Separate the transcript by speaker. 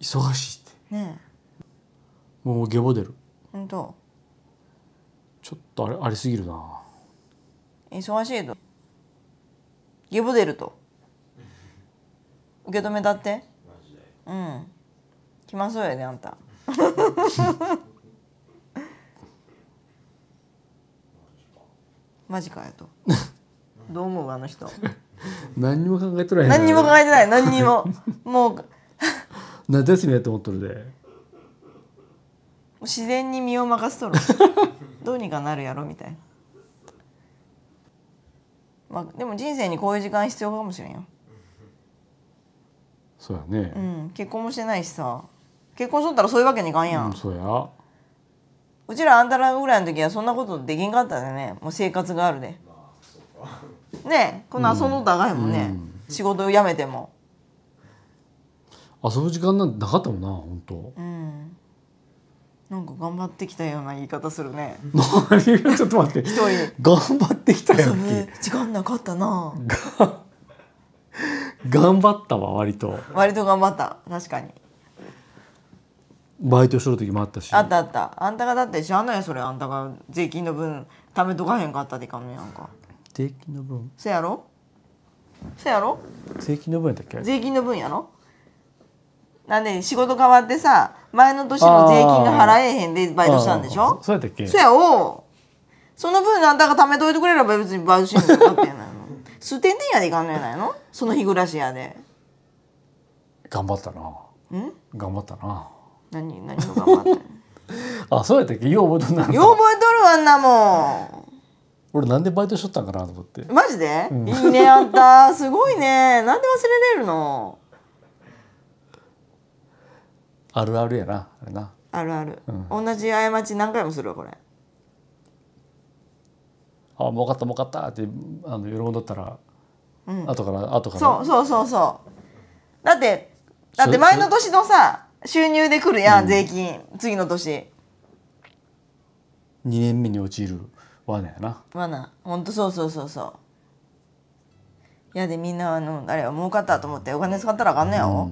Speaker 1: 忙しいって
Speaker 2: ね
Speaker 1: もうゲボ出る
Speaker 2: えほんと
Speaker 1: ちょっとあれありすぎるな
Speaker 2: 忙しいとゲボ出ると受け止めたってうん来ますよねあんたマジかよとどう思うあの人
Speaker 1: 何にも考えとらへん
Speaker 2: 何にも考
Speaker 1: え
Speaker 2: えてない何にももう
Speaker 1: 夏休みやと思っとるで
Speaker 2: 自然に身を任せとるどうにかなるやろみたいな、まあ、でも人生にこういう時間必要かもしれんよ、
Speaker 1: そうやね
Speaker 2: う、ん、結婚もしてないしさ結婚しとったらそういうわけにいかんや、
Speaker 1: うんん、そうや
Speaker 2: うちらあんたらぐらいの時はそんなことできんかったでねもう生活があるでねえこんな遊んどったらあかんやもんね、仕事を辞めても
Speaker 1: 遊ぶ時間なんてなかったもんな本当
Speaker 2: うんなんか頑張ってきたような言い方するね
Speaker 1: 何がちょっと待って
Speaker 2: 一人で
Speaker 1: 頑張ってきたや
Speaker 2: 遊
Speaker 1: んけ
Speaker 2: ぶ時間なかったな
Speaker 1: 頑張ったわ割と
Speaker 2: 割と頑張った確かに
Speaker 1: バイトしとる時もあったし
Speaker 2: あったあったあんたがだって知らないよそれあんたが税金の分貯めとかへんかったでかもやんか
Speaker 1: 税金の分
Speaker 2: そやろそやろ
Speaker 1: 税金の分やったっけあれ
Speaker 2: 税金の分やろなんで仕事変わってさ前の年の税金が払えへんでバイトしたんでし
Speaker 1: あ
Speaker 2: ょ
Speaker 1: ーそうやったっけ
Speaker 2: そやおその分あんたが貯めといてくれれば別にバイトしんのよだってやないの 数点々やでいかんのやないのその日暮らしやで
Speaker 1: 頑張ったな頑張ったな
Speaker 2: 何何を頑張 ってんの
Speaker 1: あそうやったっけよう覚えとんな
Speaker 2: よう覚えとるわあんなもん
Speaker 1: 俺なんでバイトしとったんかなと思って
Speaker 2: マジで、いいねあんたすごいねなんで忘れれるの
Speaker 1: あるあるやなあれな
Speaker 2: あるある、同じ過ち何回もするわこれ
Speaker 1: あ儲かった儲かったってあの喜んどったら、後から後から
Speaker 2: そうそうそうそうだってだって
Speaker 1: そ
Speaker 2: 前の年のさ収入で来るやん税金、次の年
Speaker 1: 2年目に陥る罠やな
Speaker 2: まあなほんとそうそうそうそういやでみんなあのあれは儲かったと思ってお金使ったらあかんねやろ、